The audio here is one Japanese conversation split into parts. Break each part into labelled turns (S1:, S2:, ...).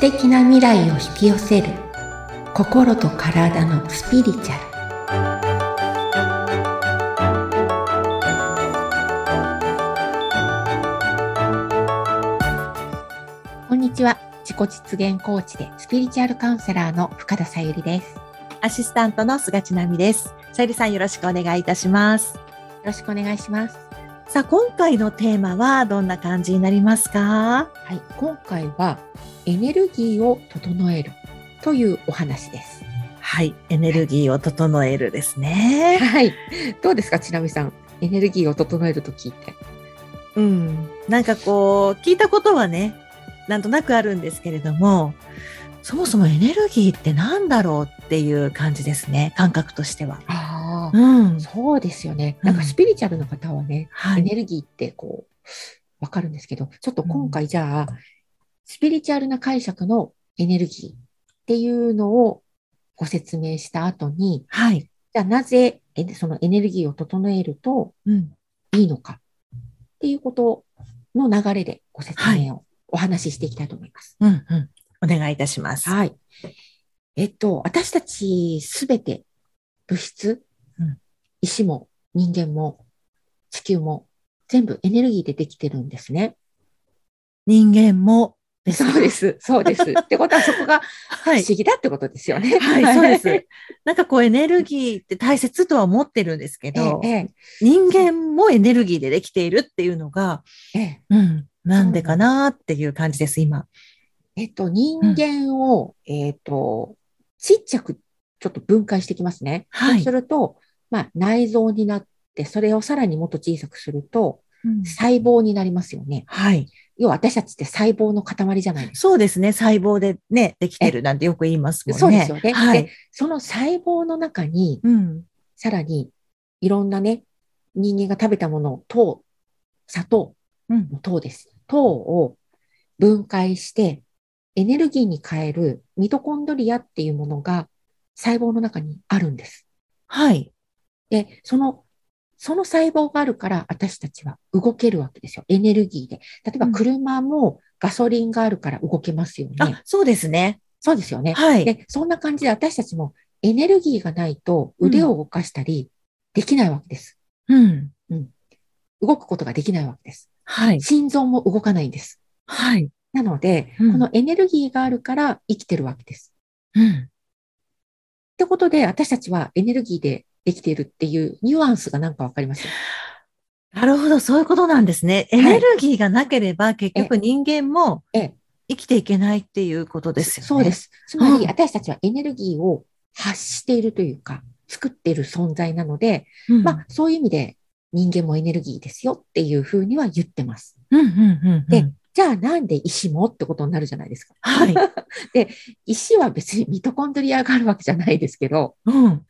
S1: 敵な未来を引き寄せる心と体のスピリチュアルこんにちは自己実現コーチでスピリチュアルカウンセラーの深田さゆりですよ
S2: アシスタントの菅千奈美です。さゆりさんよろしくお願いいたします。
S1: ろしくお願いします
S2: さあ、今回のテーマはどんな感じになりますか
S1: はい、今回はエネルギーを整えるというお話です。
S2: はい、エネルギーを整えるですね。
S1: はい、どうですか、ちなみさん。エネルギーを整えると聞いて。
S2: うん。なんかこう、聞いたことはね、なんとなくあるんですけれども、そもそもエネルギーってなんだろうっていう感じですね。感覚としては。
S1: ああ、
S2: うん。
S1: そうですよね。
S2: うん
S1: なんかスピリチュアルの方はね、
S2: は
S1: エネ
S2: い。
S1: ルギーってこう、わかるんですけど、ちょっと今回じゃあ、スピリチュアルな解釈のエネルギーっていうのをご説明した後に、
S2: はい。
S1: じゃあなぜえそのエネルギーを整えると
S2: うん。
S1: いいのかっていうことの流れでご説明をお話ししていきたいと思います。
S2: うん。うん。お願いいたします。
S1: はい。えっと、私たちすべて物質、
S2: うん
S1: 石も人間も地球も全部エネルギーでできてるんですね。
S2: 人間もです
S1: そ
S2: か
S1: うです。そうです。ってことはそこが
S2: は
S1: 不思議だってことですよね。
S2: はい、そう です。。なんかこうエネルギーって大切とは思ってるんですけ
S1: え
S2: ど
S1: え、、え
S2: 人間もエネルギーでできているっていうのが、
S1: え、ええ。
S2: うん、なんでかなっていう感じです、今。
S1: えっと、人間を、えっと、ちっちゃくちょっと分解していきますね。
S2: はい
S1: そうすると、まあ、内臓になって、それをさらにもっと小さくすると、細胞になりますよね。
S2: はい。
S1: 要は私たちって細胞の塊じゃないですか。
S2: そうですね、細胞でね、できてるなんてよく言いますもんね。
S1: そうですよね
S2: はい
S1: で。その細胞の中に、
S2: うん。
S1: さらにいろんなね、人間が食べたものを糖、砂糖、
S2: うん。
S1: 糖です。糖を分解して、エネルギーに変えるミトコンドリアっていうものが細胞の中にあるんです。
S2: はい。
S1: で、その、その細胞があるから私たちは動けるわけですよ。エネルギーで。例えば
S2: うん
S1: 車もガソリンがあるから動けますよね。
S2: あ、そうですね。
S1: そうですよね。
S2: はい。
S1: で、そんな感じで私たちもエネルギーがないと腕を動かしたりできないわけです。
S2: うん。
S1: 動くことができないわけです。
S2: はい。
S1: 心臓も動かないんです。
S2: はい。
S1: なので、
S2: うん
S1: このエネルギーがあるから生きてるわけです。
S2: うん。
S1: ってことで、私たちはエネルギーでできているっていうニュアンスがなんかわかります
S2: なるほど、そういうことなんですね。エネルギーがなければ、結局人間も
S1: ええ
S2: 生きていけないっていうことですよね。
S1: そうで。す。つまり、
S2: うん
S1: 私たちはエネルギーを発しているというか、作っている存在なので、
S2: うん、
S1: まあ、そういう意味で人間もエネルギーですよっていうふうには言ってます。
S2: うんうんうんうん。
S1: でじゃあなんで石もってことになるじゃないですか。
S2: はい。
S1: 石は別にミトコンドリアがあるわけじゃないですけど、
S2: うん。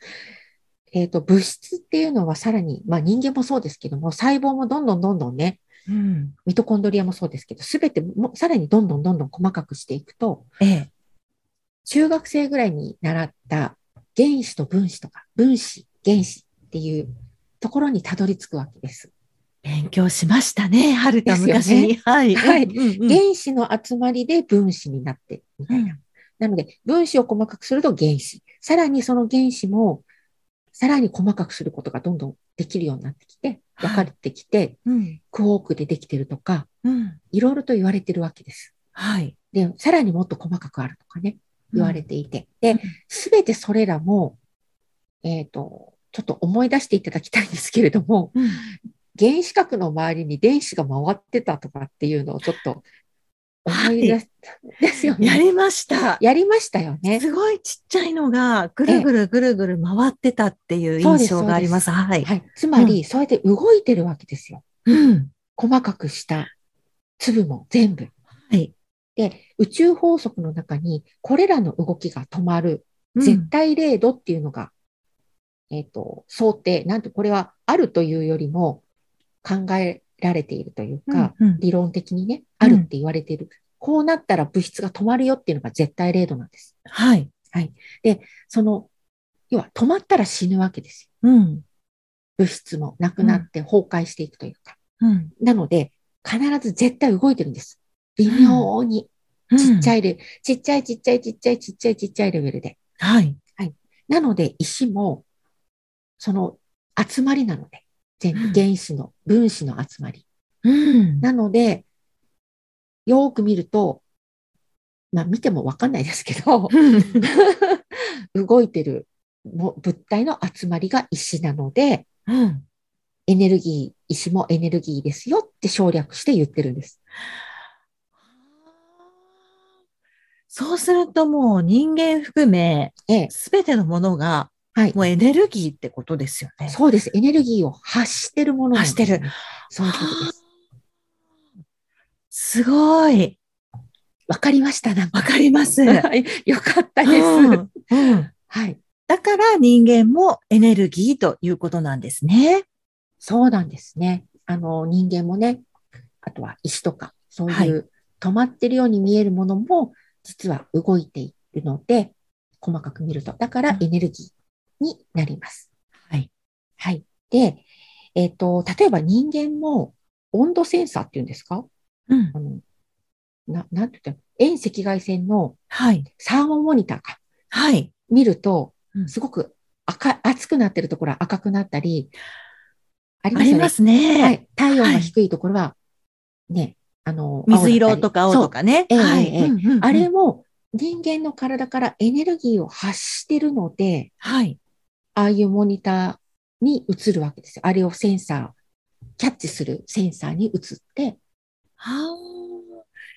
S1: えっ、と、物質っていうのはさらに、まあ人間もそうですけども、細胞もどんどんどんどんね、
S2: うん。
S1: ミトコンドリアもそうですけど、すべてもさらにどんどんどんどん細かくしていくと、
S2: ええ。
S1: 中学生ぐらいに習った原子と分子とか、分子、原子っていうところにたどり着くわけです。
S2: 勉強しましたね。はるか
S1: です
S2: 昔
S1: よね
S2: に。はい。
S1: はい
S2: うんうんうん
S1: 原子の集まりで分子になって、みたいな。なので、分子を細かくすると原子。さらにその原子も、さらに細かくすることがどんどんできるようになってきて、
S2: はい
S1: 分かってきて、
S2: うん。
S1: クォークでできてるとか、
S2: うん。
S1: いろいろと言われてるわけです。
S2: はい。
S1: で、さらにもっと細かくあるとかね、言われていて。
S2: うん
S1: で、すべてそれらも、えっ、と、ちょっと思い出していただきたいんですけれども、
S2: うん。
S1: 原子核の周りに電子が回ってたとかっていうのをちょっと思い出した、ですよね。
S2: やりました。
S1: やりましたよね。
S2: すごいちっちゃいのが、ぐるぐるぐるぐる回ってたっていう
S1: そうです
S2: 印象があります。はい。
S1: はい。つまり、そうやって動いてるわけですよ。
S2: うん。
S1: 細かくした粒も全部。
S2: はい。
S1: で、宇宙法則の中に、これらの動きが止まる、絶対零度っていうのが、えっ、と、想定。なんと、これはあるというよりも、考えられているという
S2: うん
S1: か、
S2: うん
S1: 理論的にね、あるって言われている。こうなったら物質が止まるよっていうのが絶対零度なんです。
S2: はい。
S1: その、要は止まったら死ぬわけですよ。
S2: うん。
S1: 物質もなくなって崩壊していくというか。
S2: うん。
S1: なので、必ず絶対動いてるんです。微妙に。ちっちゃ
S2: い。
S1: いレ、ちっちゃいちっちゃいちっちゃいちっちゃいちっちゃいレベルで。
S2: はい。
S1: なので、石も、その集まりなので、全
S2: うん
S1: 部原子の、分子の集まり。
S2: うん。
S1: なので、よーく見ると、まあ見てもわかんないですけ ど、動いてるも物体の集まりが石なので、
S2: うん。
S1: エネルギー、石もエネルギーですよって省略して言ってるんです。
S2: そうするともう人間含め、
S1: ええ。
S2: すべてのものが、
S1: はい
S2: も。うエネルギーってことですよね。
S1: そうです。エネルギーを発してるものなんですね、
S2: 発して
S1: そういうことです。
S2: すごい。
S1: わかりました。なんか
S2: わかります。
S1: はい よかったです。
S2: うんうん
S1: はい。
S2: だから人間もエネルギーということなんですね。
S1: そうなんですね。あの、人間もね、あとは石とか、そう
S2: はい
S1: いう止まってるように見えるものも、実は動いているので、細かく見ると、だからエネルギーになります。
S2: はい。
S1: はい。で、えっ、と、例えば人間も温度センサーっていうんですか
S2: うん
S1: あ。の、な、なんて言ったら遠赤外線の
S2: はい。
S1: サーモモニターか。
S2: はい。
S1: 見ると
S2: うん、
S1: すごく赤い、熱くなってるところは赤くなったり、あり
S2: あ
S1: ます
S2: り
S1: よね
S2: ま。すね。
S1: はい。体温が低いところは、ね、あの、
S2: 水色とか青と
S1: か。
S2: かね。
S1: そう
S2: は
S1: え
S2: い。
S1: えええ
S2: うんうんう
S1: そ
S2: ん
S1: うあれも人間の体からエネルギーを発してるので、
S2: はい。
S1: ああいうモニターに映るわけですよ。あれをセンサー、キャッチするセンサーに映って、
S2: は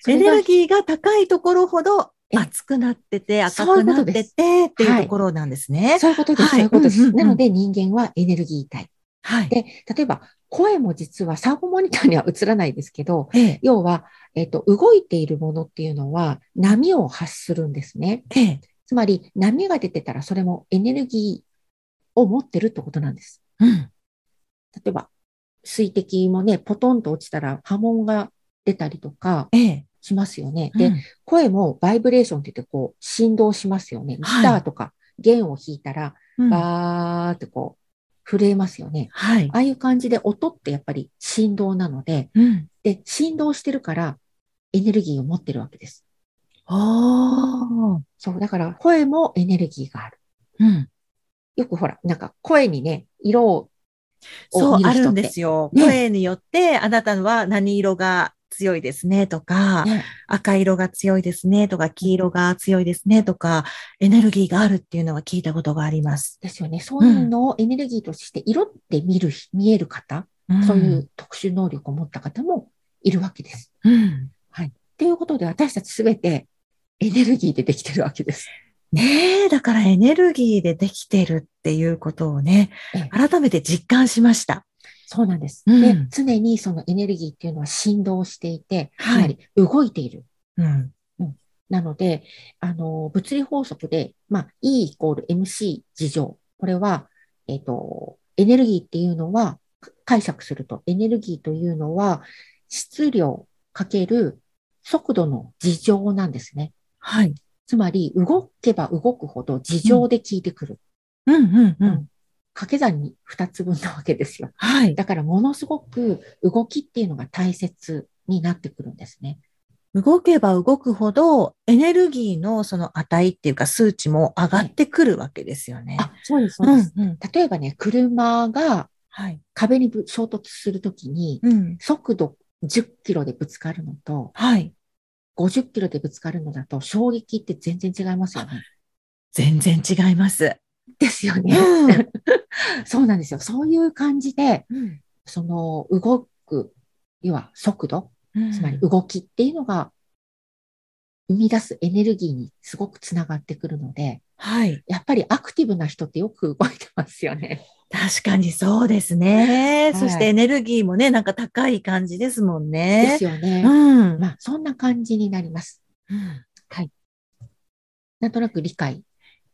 S1: そ
S2: ーエ
S1: れ
S2: ネ
S1: が
S2: ルギーが高いところほど
S1: え
S2: 熱くなってて、赤
S1: そうい
S2: く
S1: うこ
S2: な
S1: と
S2: っ
S1: で
S2: て
S1: す
S2: てっていう
S1: はい
S2: ところなんですね。
S1: そういうことです。そ
S2: はい
S1: ういうことです。
S2: うんうんうん
S1: なので人間はエネルギー体。
S2: はい。
S1: で、例えば声も実はサーモモニターには映らないですけど、
S2: ええ
S1: 要は、えっと、動いているものっていうのは波を発するんですね。
S2: ええ
S1: つまり波が出てたらそれもエネルギーを持ってるってことなんです。
S2: うん
S1: 例えば水滴もね、ポトンと落ちたら波紋が出たりとか
S2: ええ
S1: しますよね。
S2: う
S1: で、
S2: ん
S1: 声もバイブレーションって言ってこう振動しますよね。ギ
S2: はい
S1: ターとか弦を弾いたら
S2: うん
S1: バーってこう震えますよね。
S2: はい。
S1: ああいう感じで音ってやっぱり振動なので、
S2: うん。
S1: で、振動してるからエネルギーを持ってるわけです。
S2: ああ。
S1: そう、だから声もエネルギーがある。
S2: うん。
S1: よくほら、なんか声にね、色を
S2: そう、
S1: 見人
S2: あ
S1: って
S2: るんですよ。
S1: ね
S2: 声によって、あなたは何色が強いですねとか、
S1: ね
S2: 赤色が強いですねとか、黄色が強いですねとか、エネルギーがあるっていうのは聞いたことがあります。
S1: ですよね。そういうのをエネルギーとして色って見る、見える方、そういう特殊能力を持った方もいるわけです。
S2: うん。うん。
S1: っていうことで私たちすべてエネルギーでできてるわけです。
S2: ねえ、だからエネルギーでできてるっていうことをね
S1: ええ、
S2: 改めて実感しました。
S1: そうなんです。
S2: うん
S1: で、常にそのエネルギーっていうのは振動していて、つ
S2: はい
S1: まり動いている。
S2: うん。
S1: なので、あの、物理法則で、まあ、E イコール MC 事乗。これは、えっ、と、エネルギーっていうのは、か解釈すると、エネルギーというのは、質量かける速度の事乗なんですね。
S2: はい。
S1: つまり、動けば動くほど事乗で効いてくる。
S2: うんうんう。
S1: うんん掛け算に2つ分なわけですよ。
S2: はい。
S1: だから、ものすごく動きっていうのが大切になってくるんですね。
S2: 動けば動くほど、エネルギーのその値っていうか数値も上がってくるわけですよね。
S1: あ、そうです、そう
S2: う
S1: で
S2: ん
S1: す。
S2: うん。
S1: 例えばね、車が、
S2: はい。
S1: 壁にぶ衝突するときに、
S2: うん。
S1: 速度10キロでぶつかるのと、
S2: はい。
S1: 50キロでぶつかるのだと、衝撃って全然違いますよね。
S2: 全然違います。
S1: ですよね。
S2: う
S1: そうなんですよ。そういう感じで、
S2: ん。
S1: その動く、要は速度、つまり動きっていうのが、生み出すエネルギーにすごくつながってくるので、
S2: はい。
S1: やっぱりアクティブな人ってよく動いてますよね。
S2: 確かにそうですね。
S1: い
S2: そしてエネルギーもね、なんか高い感じですも
S1: で
S2: んね
S1: す。よ
S2: う
S1: ね。
S2: ん。
S1: まあ、そんな感じになります。
S2: うん
S1: なんとなく理解。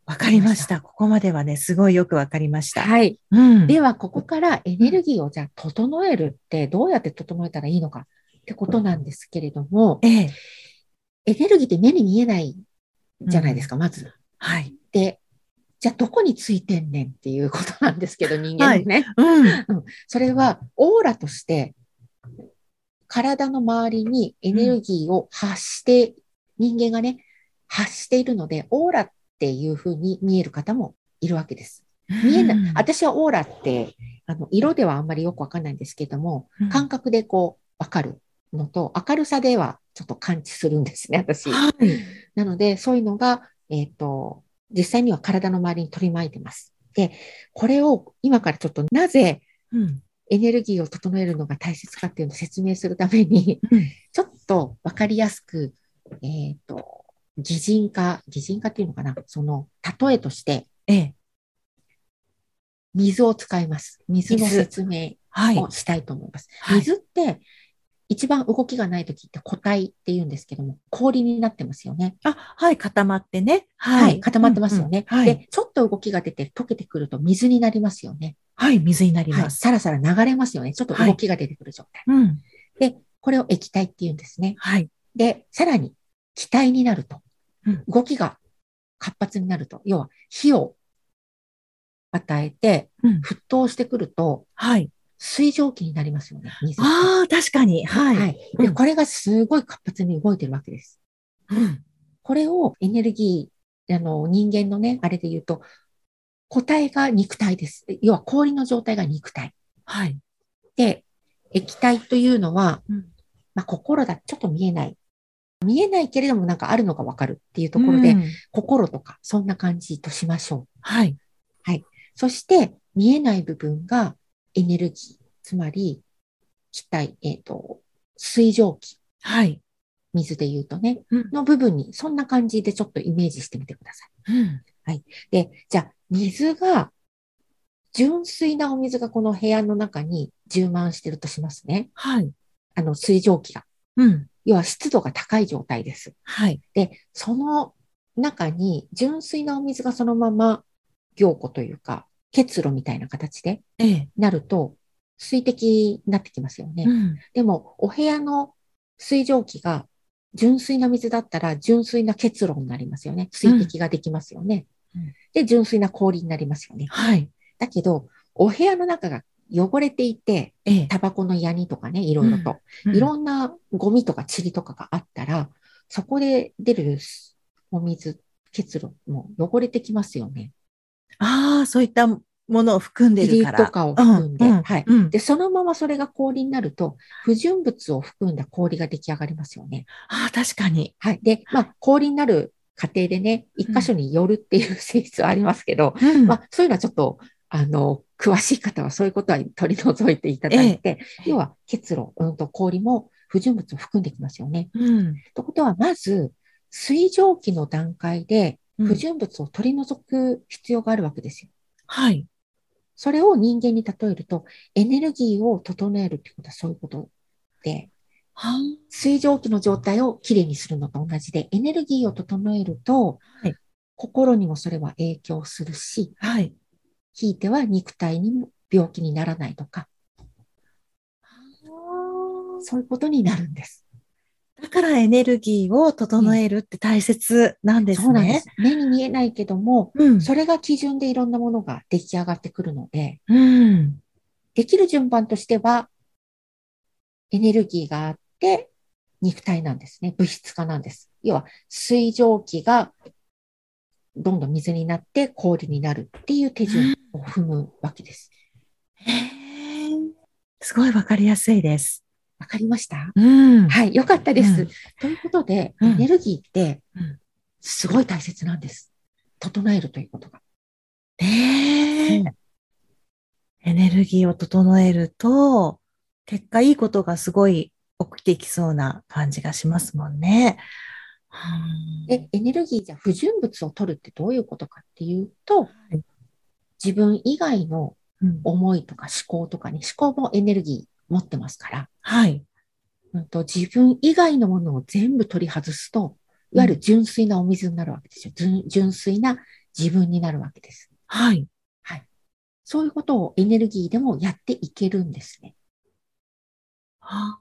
S2: わかりました。ここまではね、すごいよくわかりました。
S1: い。
S2: うん。
S1: では、ここからエネルギーをじゃあ整えるってどうやって整えたらいいのかってことなんですけれども、
S2: ええ。
S1: エネルギーって目に見えないじゃないですか、まず。
S2: はい。
S1: で、じゃあどこについてんねんっていうことなんです けど、人間のね。
S2: うん。
S1: それはオーラとして、体の周りにエネルギーを発して人間がね、発しているので、オーラっていう風に見える方もいるわけです。見えない、
S2: うん
S1: 私はオーラって、あの、色ではあんまりよくわかんないんですけども、
S2: うん
S1: 感覚でこう、わかるのと、明るさではちょっと感知するんですね、私。
S2: はい。
S1: なので、そういうのが、えっ、と、実際には体の周りに取り巻いてます。で、これを今からちょっとなぜ
S2: うん。
S1: エネルギーを整えるのが大切かっていうのを説明するために、
S2: うん
S1: ちょっとわかりやすく、えっ、と、擬人化、擬人化っていうのかな、その、例えとして、
S2: ええ。
S1: 水を使います。水の
S2: 水
S1: 説明
S2: はい。
S1: をしたいと思います。
S2: はい
S1: 水って、一番動きがない時って固体って言うんですけども、氷になってますよね。
S2: あ、はい、固まってね。
S1: は、
S2: はい
S1: 固まってますよね。
S2: うんうんはい。
S1: で、ちょっと動きが出て溶けてくると水になりますよね。
S2: はい、水になり
S1: は
S2: ま
S1: い、
S2: す。
S1: さらさら流れますよね。ちょっと動きが出てくる状態。
S2: うん。
S1: で、これを液体って言うんですね。
S2: はい。
S1: で、さらに気体になると
S2: うん、
S1: 動きが活発になると、要は火を与えて
S2: うん
S1: 沸騰してくると
S2: はい。
S1: 水蒸気になりますよね。水って
S2: ああ、確かに。はい。。
S1: はいい。で、
S2: うん
S1: これがすごい活発に動いてるわけです。
S2: うん。
S1: これをエネルギー、あの、人間のね、あれで言うと、個体が肉体です。要は氷の状態が肉体。
S2: はい。
S1: で、液体というのは、
S2: うん
S1: まあ、心だ、ちょっと見えない。見えないけれどもなんかあるのがわかるっていうところで、
S2: うん
S1: 心とか、そんな感じとしましょう。
S2: はい。
S1: そして、見えない部分がエネルギー、つまり、気体、えっ、と、水蒸気、
S2: はい。
S1: 水で言うとね、
S2: うん
S1: の部分に、そんな感じでちょっとイメージしてみてください。
S2: うん。
S1: で、じゃあ、水が、純粋なお水がこの部屋の中に充満してるとしますね。
S2: はい。
S1: あの、水蒸気が。
S2: うん。
S1: 要は湿度が高い状態です。
S2: はい。
S1: で、その中に純粋なお水がそのまま凝固というか、結露みたいな形で
S2: ええ。
S1: なると、水滴になってきますよね。
S2: うん。
S1: でも、お部屋の水蒸気が純粋な水だったら、純粋な結露になりますよね。水滴ができますよね。
S2: うん
S1: で、純粋な氷になりますよね。
S2: はい。
S1: だけど、お部屋の中が汚れていて、
S2: ええ。
S1: タバコのヤニとかね、いろいろと、いろんなゴミとか塵とかがあったら、そこで出るお水、結露も汚れてきますよね。
S2: ああ、そういったものを含んでるから。
S1: 霧とかを含んで
S2: う
S1: はい
S2: うん
S1: で、そのままそれが氷になると、不純物を含んだ氷が出来上がりますよね。
S2: ああ、確かに。
S1: はい。で、まあ、氷になる過程でね、一箇所によるっていう性質はありますけど、
S2: うん
S1: まあ、そういうのはちょっと、あの、詳しい方はそういうことは取り除いていただいて、要は結露、うんと氷も不純物を含んできますよね。
S2: うん。
S1: ということは、まず、水蒸気の段階で
S2: うん
S1: 不純物を取り除く必要があるわけですよ。
S2: はい。
S1: それを人間に例えると、エネルギーを整えるってことはそういうことで、
S2: は
S1: 水蒸気の状態をきれいにするのと同じで、エネルギーを整えると、
S2: はい
S1: 心にもそれは影響するし、
S2: はい。
S1: ひいては肉体にも病気にならないとか、そういうことになるんです。
S2: だからエネルギーを整えるって大切なんですね。
S1: そうなんです。目に見えないけども、
S2: うん。
S1: それが基準でいろんなものが出来上がってくるので、
S2: うん。
S1: できる順番としては、エネルギーがあって、肉体なんですね。物質化なんです。要は、水蒸気がどんどん水になって氷になるっていう手順を踏むわけです。
S2: へえ。すごいわかりやすいです。
S1: わかりました
S2: うんはい。
S1: はい、よかったです。
S2: うん
S1: ということで、
S2: うん
S1: エネルギーって
S2: うん、
S1: すごい大切なんです。整えるということが。
S2: ええ。エネルギーを整えると、結果いいことがすごい起きてきそうな感じがしますもんね。うん
S1: で、エネルギーじゃ不純物を取るってどういうことかっていうと、
S2: い
S1: 自分以外の
S2: うん
S1: 思いとか思考とかね、思考もエネルギー持ってますから、
S2: はい。
S1: うん、と自分以外のものを全部取り外すと、いわゆる純粋なお水になるわけですよ。純純粋な自分になるわけです。
S2: はい。
S1: そういうことをエネルギーでもやっていけるんですね。
S2: はい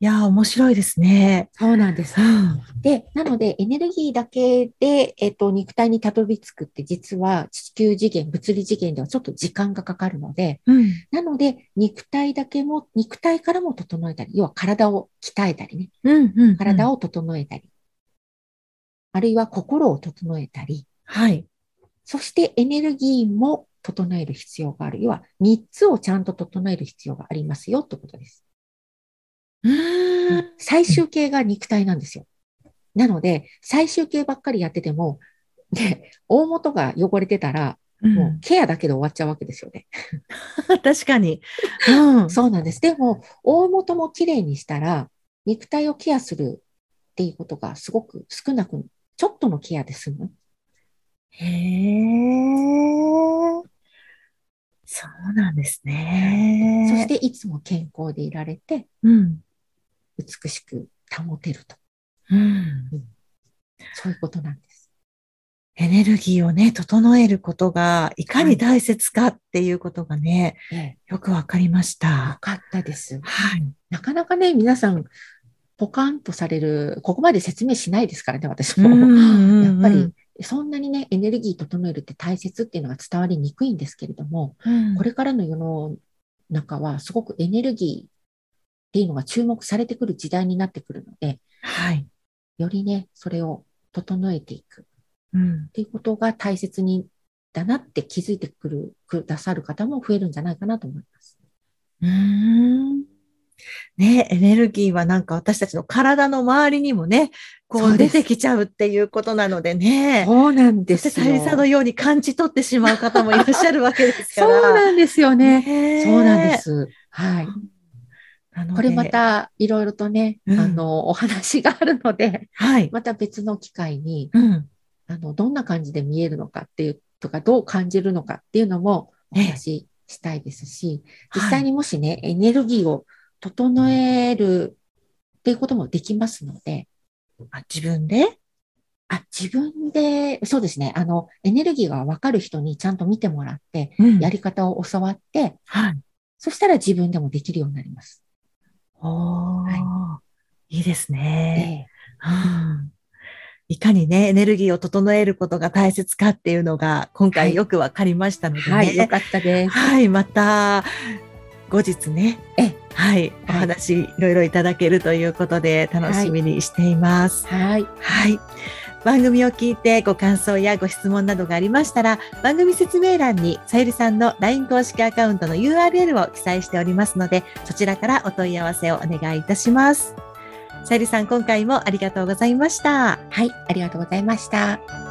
S2: やー、面白いですね。
S1: そうなんです
S2: う。ん。
S1: で、なのでエネルギーだけで、えっと、肉体にたどり着くって実は地球次元、物理次元ではちょっと時間がかかるので、
S2: うん。
S1: なので肉体だけも、肉体からも整えたり、要は体を鍛えたりね、
S2: うん。うん。
S1: 体
S2: を。
S1: を整えたり、あるいは心を整えたり、
S2: はい。
S1: そしてエネルギーも整える必要がある。要は3つをちゃんと整える必要がありますよってことです。
S2: うーん。
S1: 最終形が肉体なんですよ。なので、最終形ばっかりやってても、ね、大元が汚れてたら、
S2: う、
S1: もうんケアだけで終わっちゃうわけですよね。
S2: 確かに。うん。
S1: そうなんです。でも、大元も綺麗にしたら、肉体をケアするっていうことがすごく少なく、ちょっとのケアで済む。
S2: へえ。そうなんですね。
S1: そし、て、いつも健康でいられて、
S2: うん。
S1: 美しく保てると。
S2: うん。
S1: そういうことなんです。
S2: エネルギーをね、整えることが、いかに大切かっていうことがね、
S1: ええ、
S2: よくわかりまし
S1: よ
S2: た。
S1: かったです。
S2: はい。
S1: なかなかね、皆さん、ポカンとされる、ここまで説明しないですからね、私も。やっぱり、そんなにね、エネルギー整えるって大切っていうのが伝わりにくいんですけれども、
S2: うん、
S1: これからの世の中はすごくエネルギーっていうのが注目されてくる時代になってくるので、
S2: はい。
S1: よりね、それを整えていくっ
S2: うん。
S1: ていうことが大切にだなって気づいてくる、くださる方も増えるんじゃないかなと思います。
S2: うーん。ね、エネルギーはなんか私たちの体の周りにもね、こ
S1: そう
S2: う
S1: で
S2: 出
S1: す
S2: てきちゃうっていうことなのでね。
S1: そうなんで
S2: そしてさゆりさんのように感じ取ってしまう方もいらっしゃるわけです
S1: そ
S2: から。
S1: うなんですよね。
S2: ね
S1: そうなんで。す。はい。
S2: なので
S1: これま。たいろいろとね、
S2: うん
S1: あの、お話があるので、
S2: はい。
S1: また別の機会に、
S2: うん。
S1: あの、どんな感じで見えるのかっていう、とか、どう感じるのかっていうのもお
S2: ええ
S1: 話ししたいですし、実
S2: は
S1: 際
S2: い
S1: にもしね、エネルギーを整えるっていうこともできますので、
S2: あ自分で
S1: あ、自分で、そうですね、あの、エネルギーがわかる人にちゃんと見てもらって、や
S2: やり、
S1: り方を教わって、
S2: はい。
S1: そしたら自分でもできるようになります。
S2: おーいいです
S1: え
S2: ね。
S1: え
S2: うんいかにね、エネルギーを整えることが大切かっていうのが、今
S1: はい
S2: 回よくわかりましたのでね。
S1: はい、よかったです。
S2: はい、また、後日ね。
S1: え
S2: はい、お話いろいろいただけるということで、楽しみにしています。
S1: はい。
S2: はい。番組を聞いてご感想やご質問などがありましたら、番組説明欄にさゆりさんの LINE 公式アカウントの URL を記載しておりますので、そちらからお問い合わせをお願いいたします。さゆりさん、今回もありがとうございました。
S1: はい、ありがとうございました。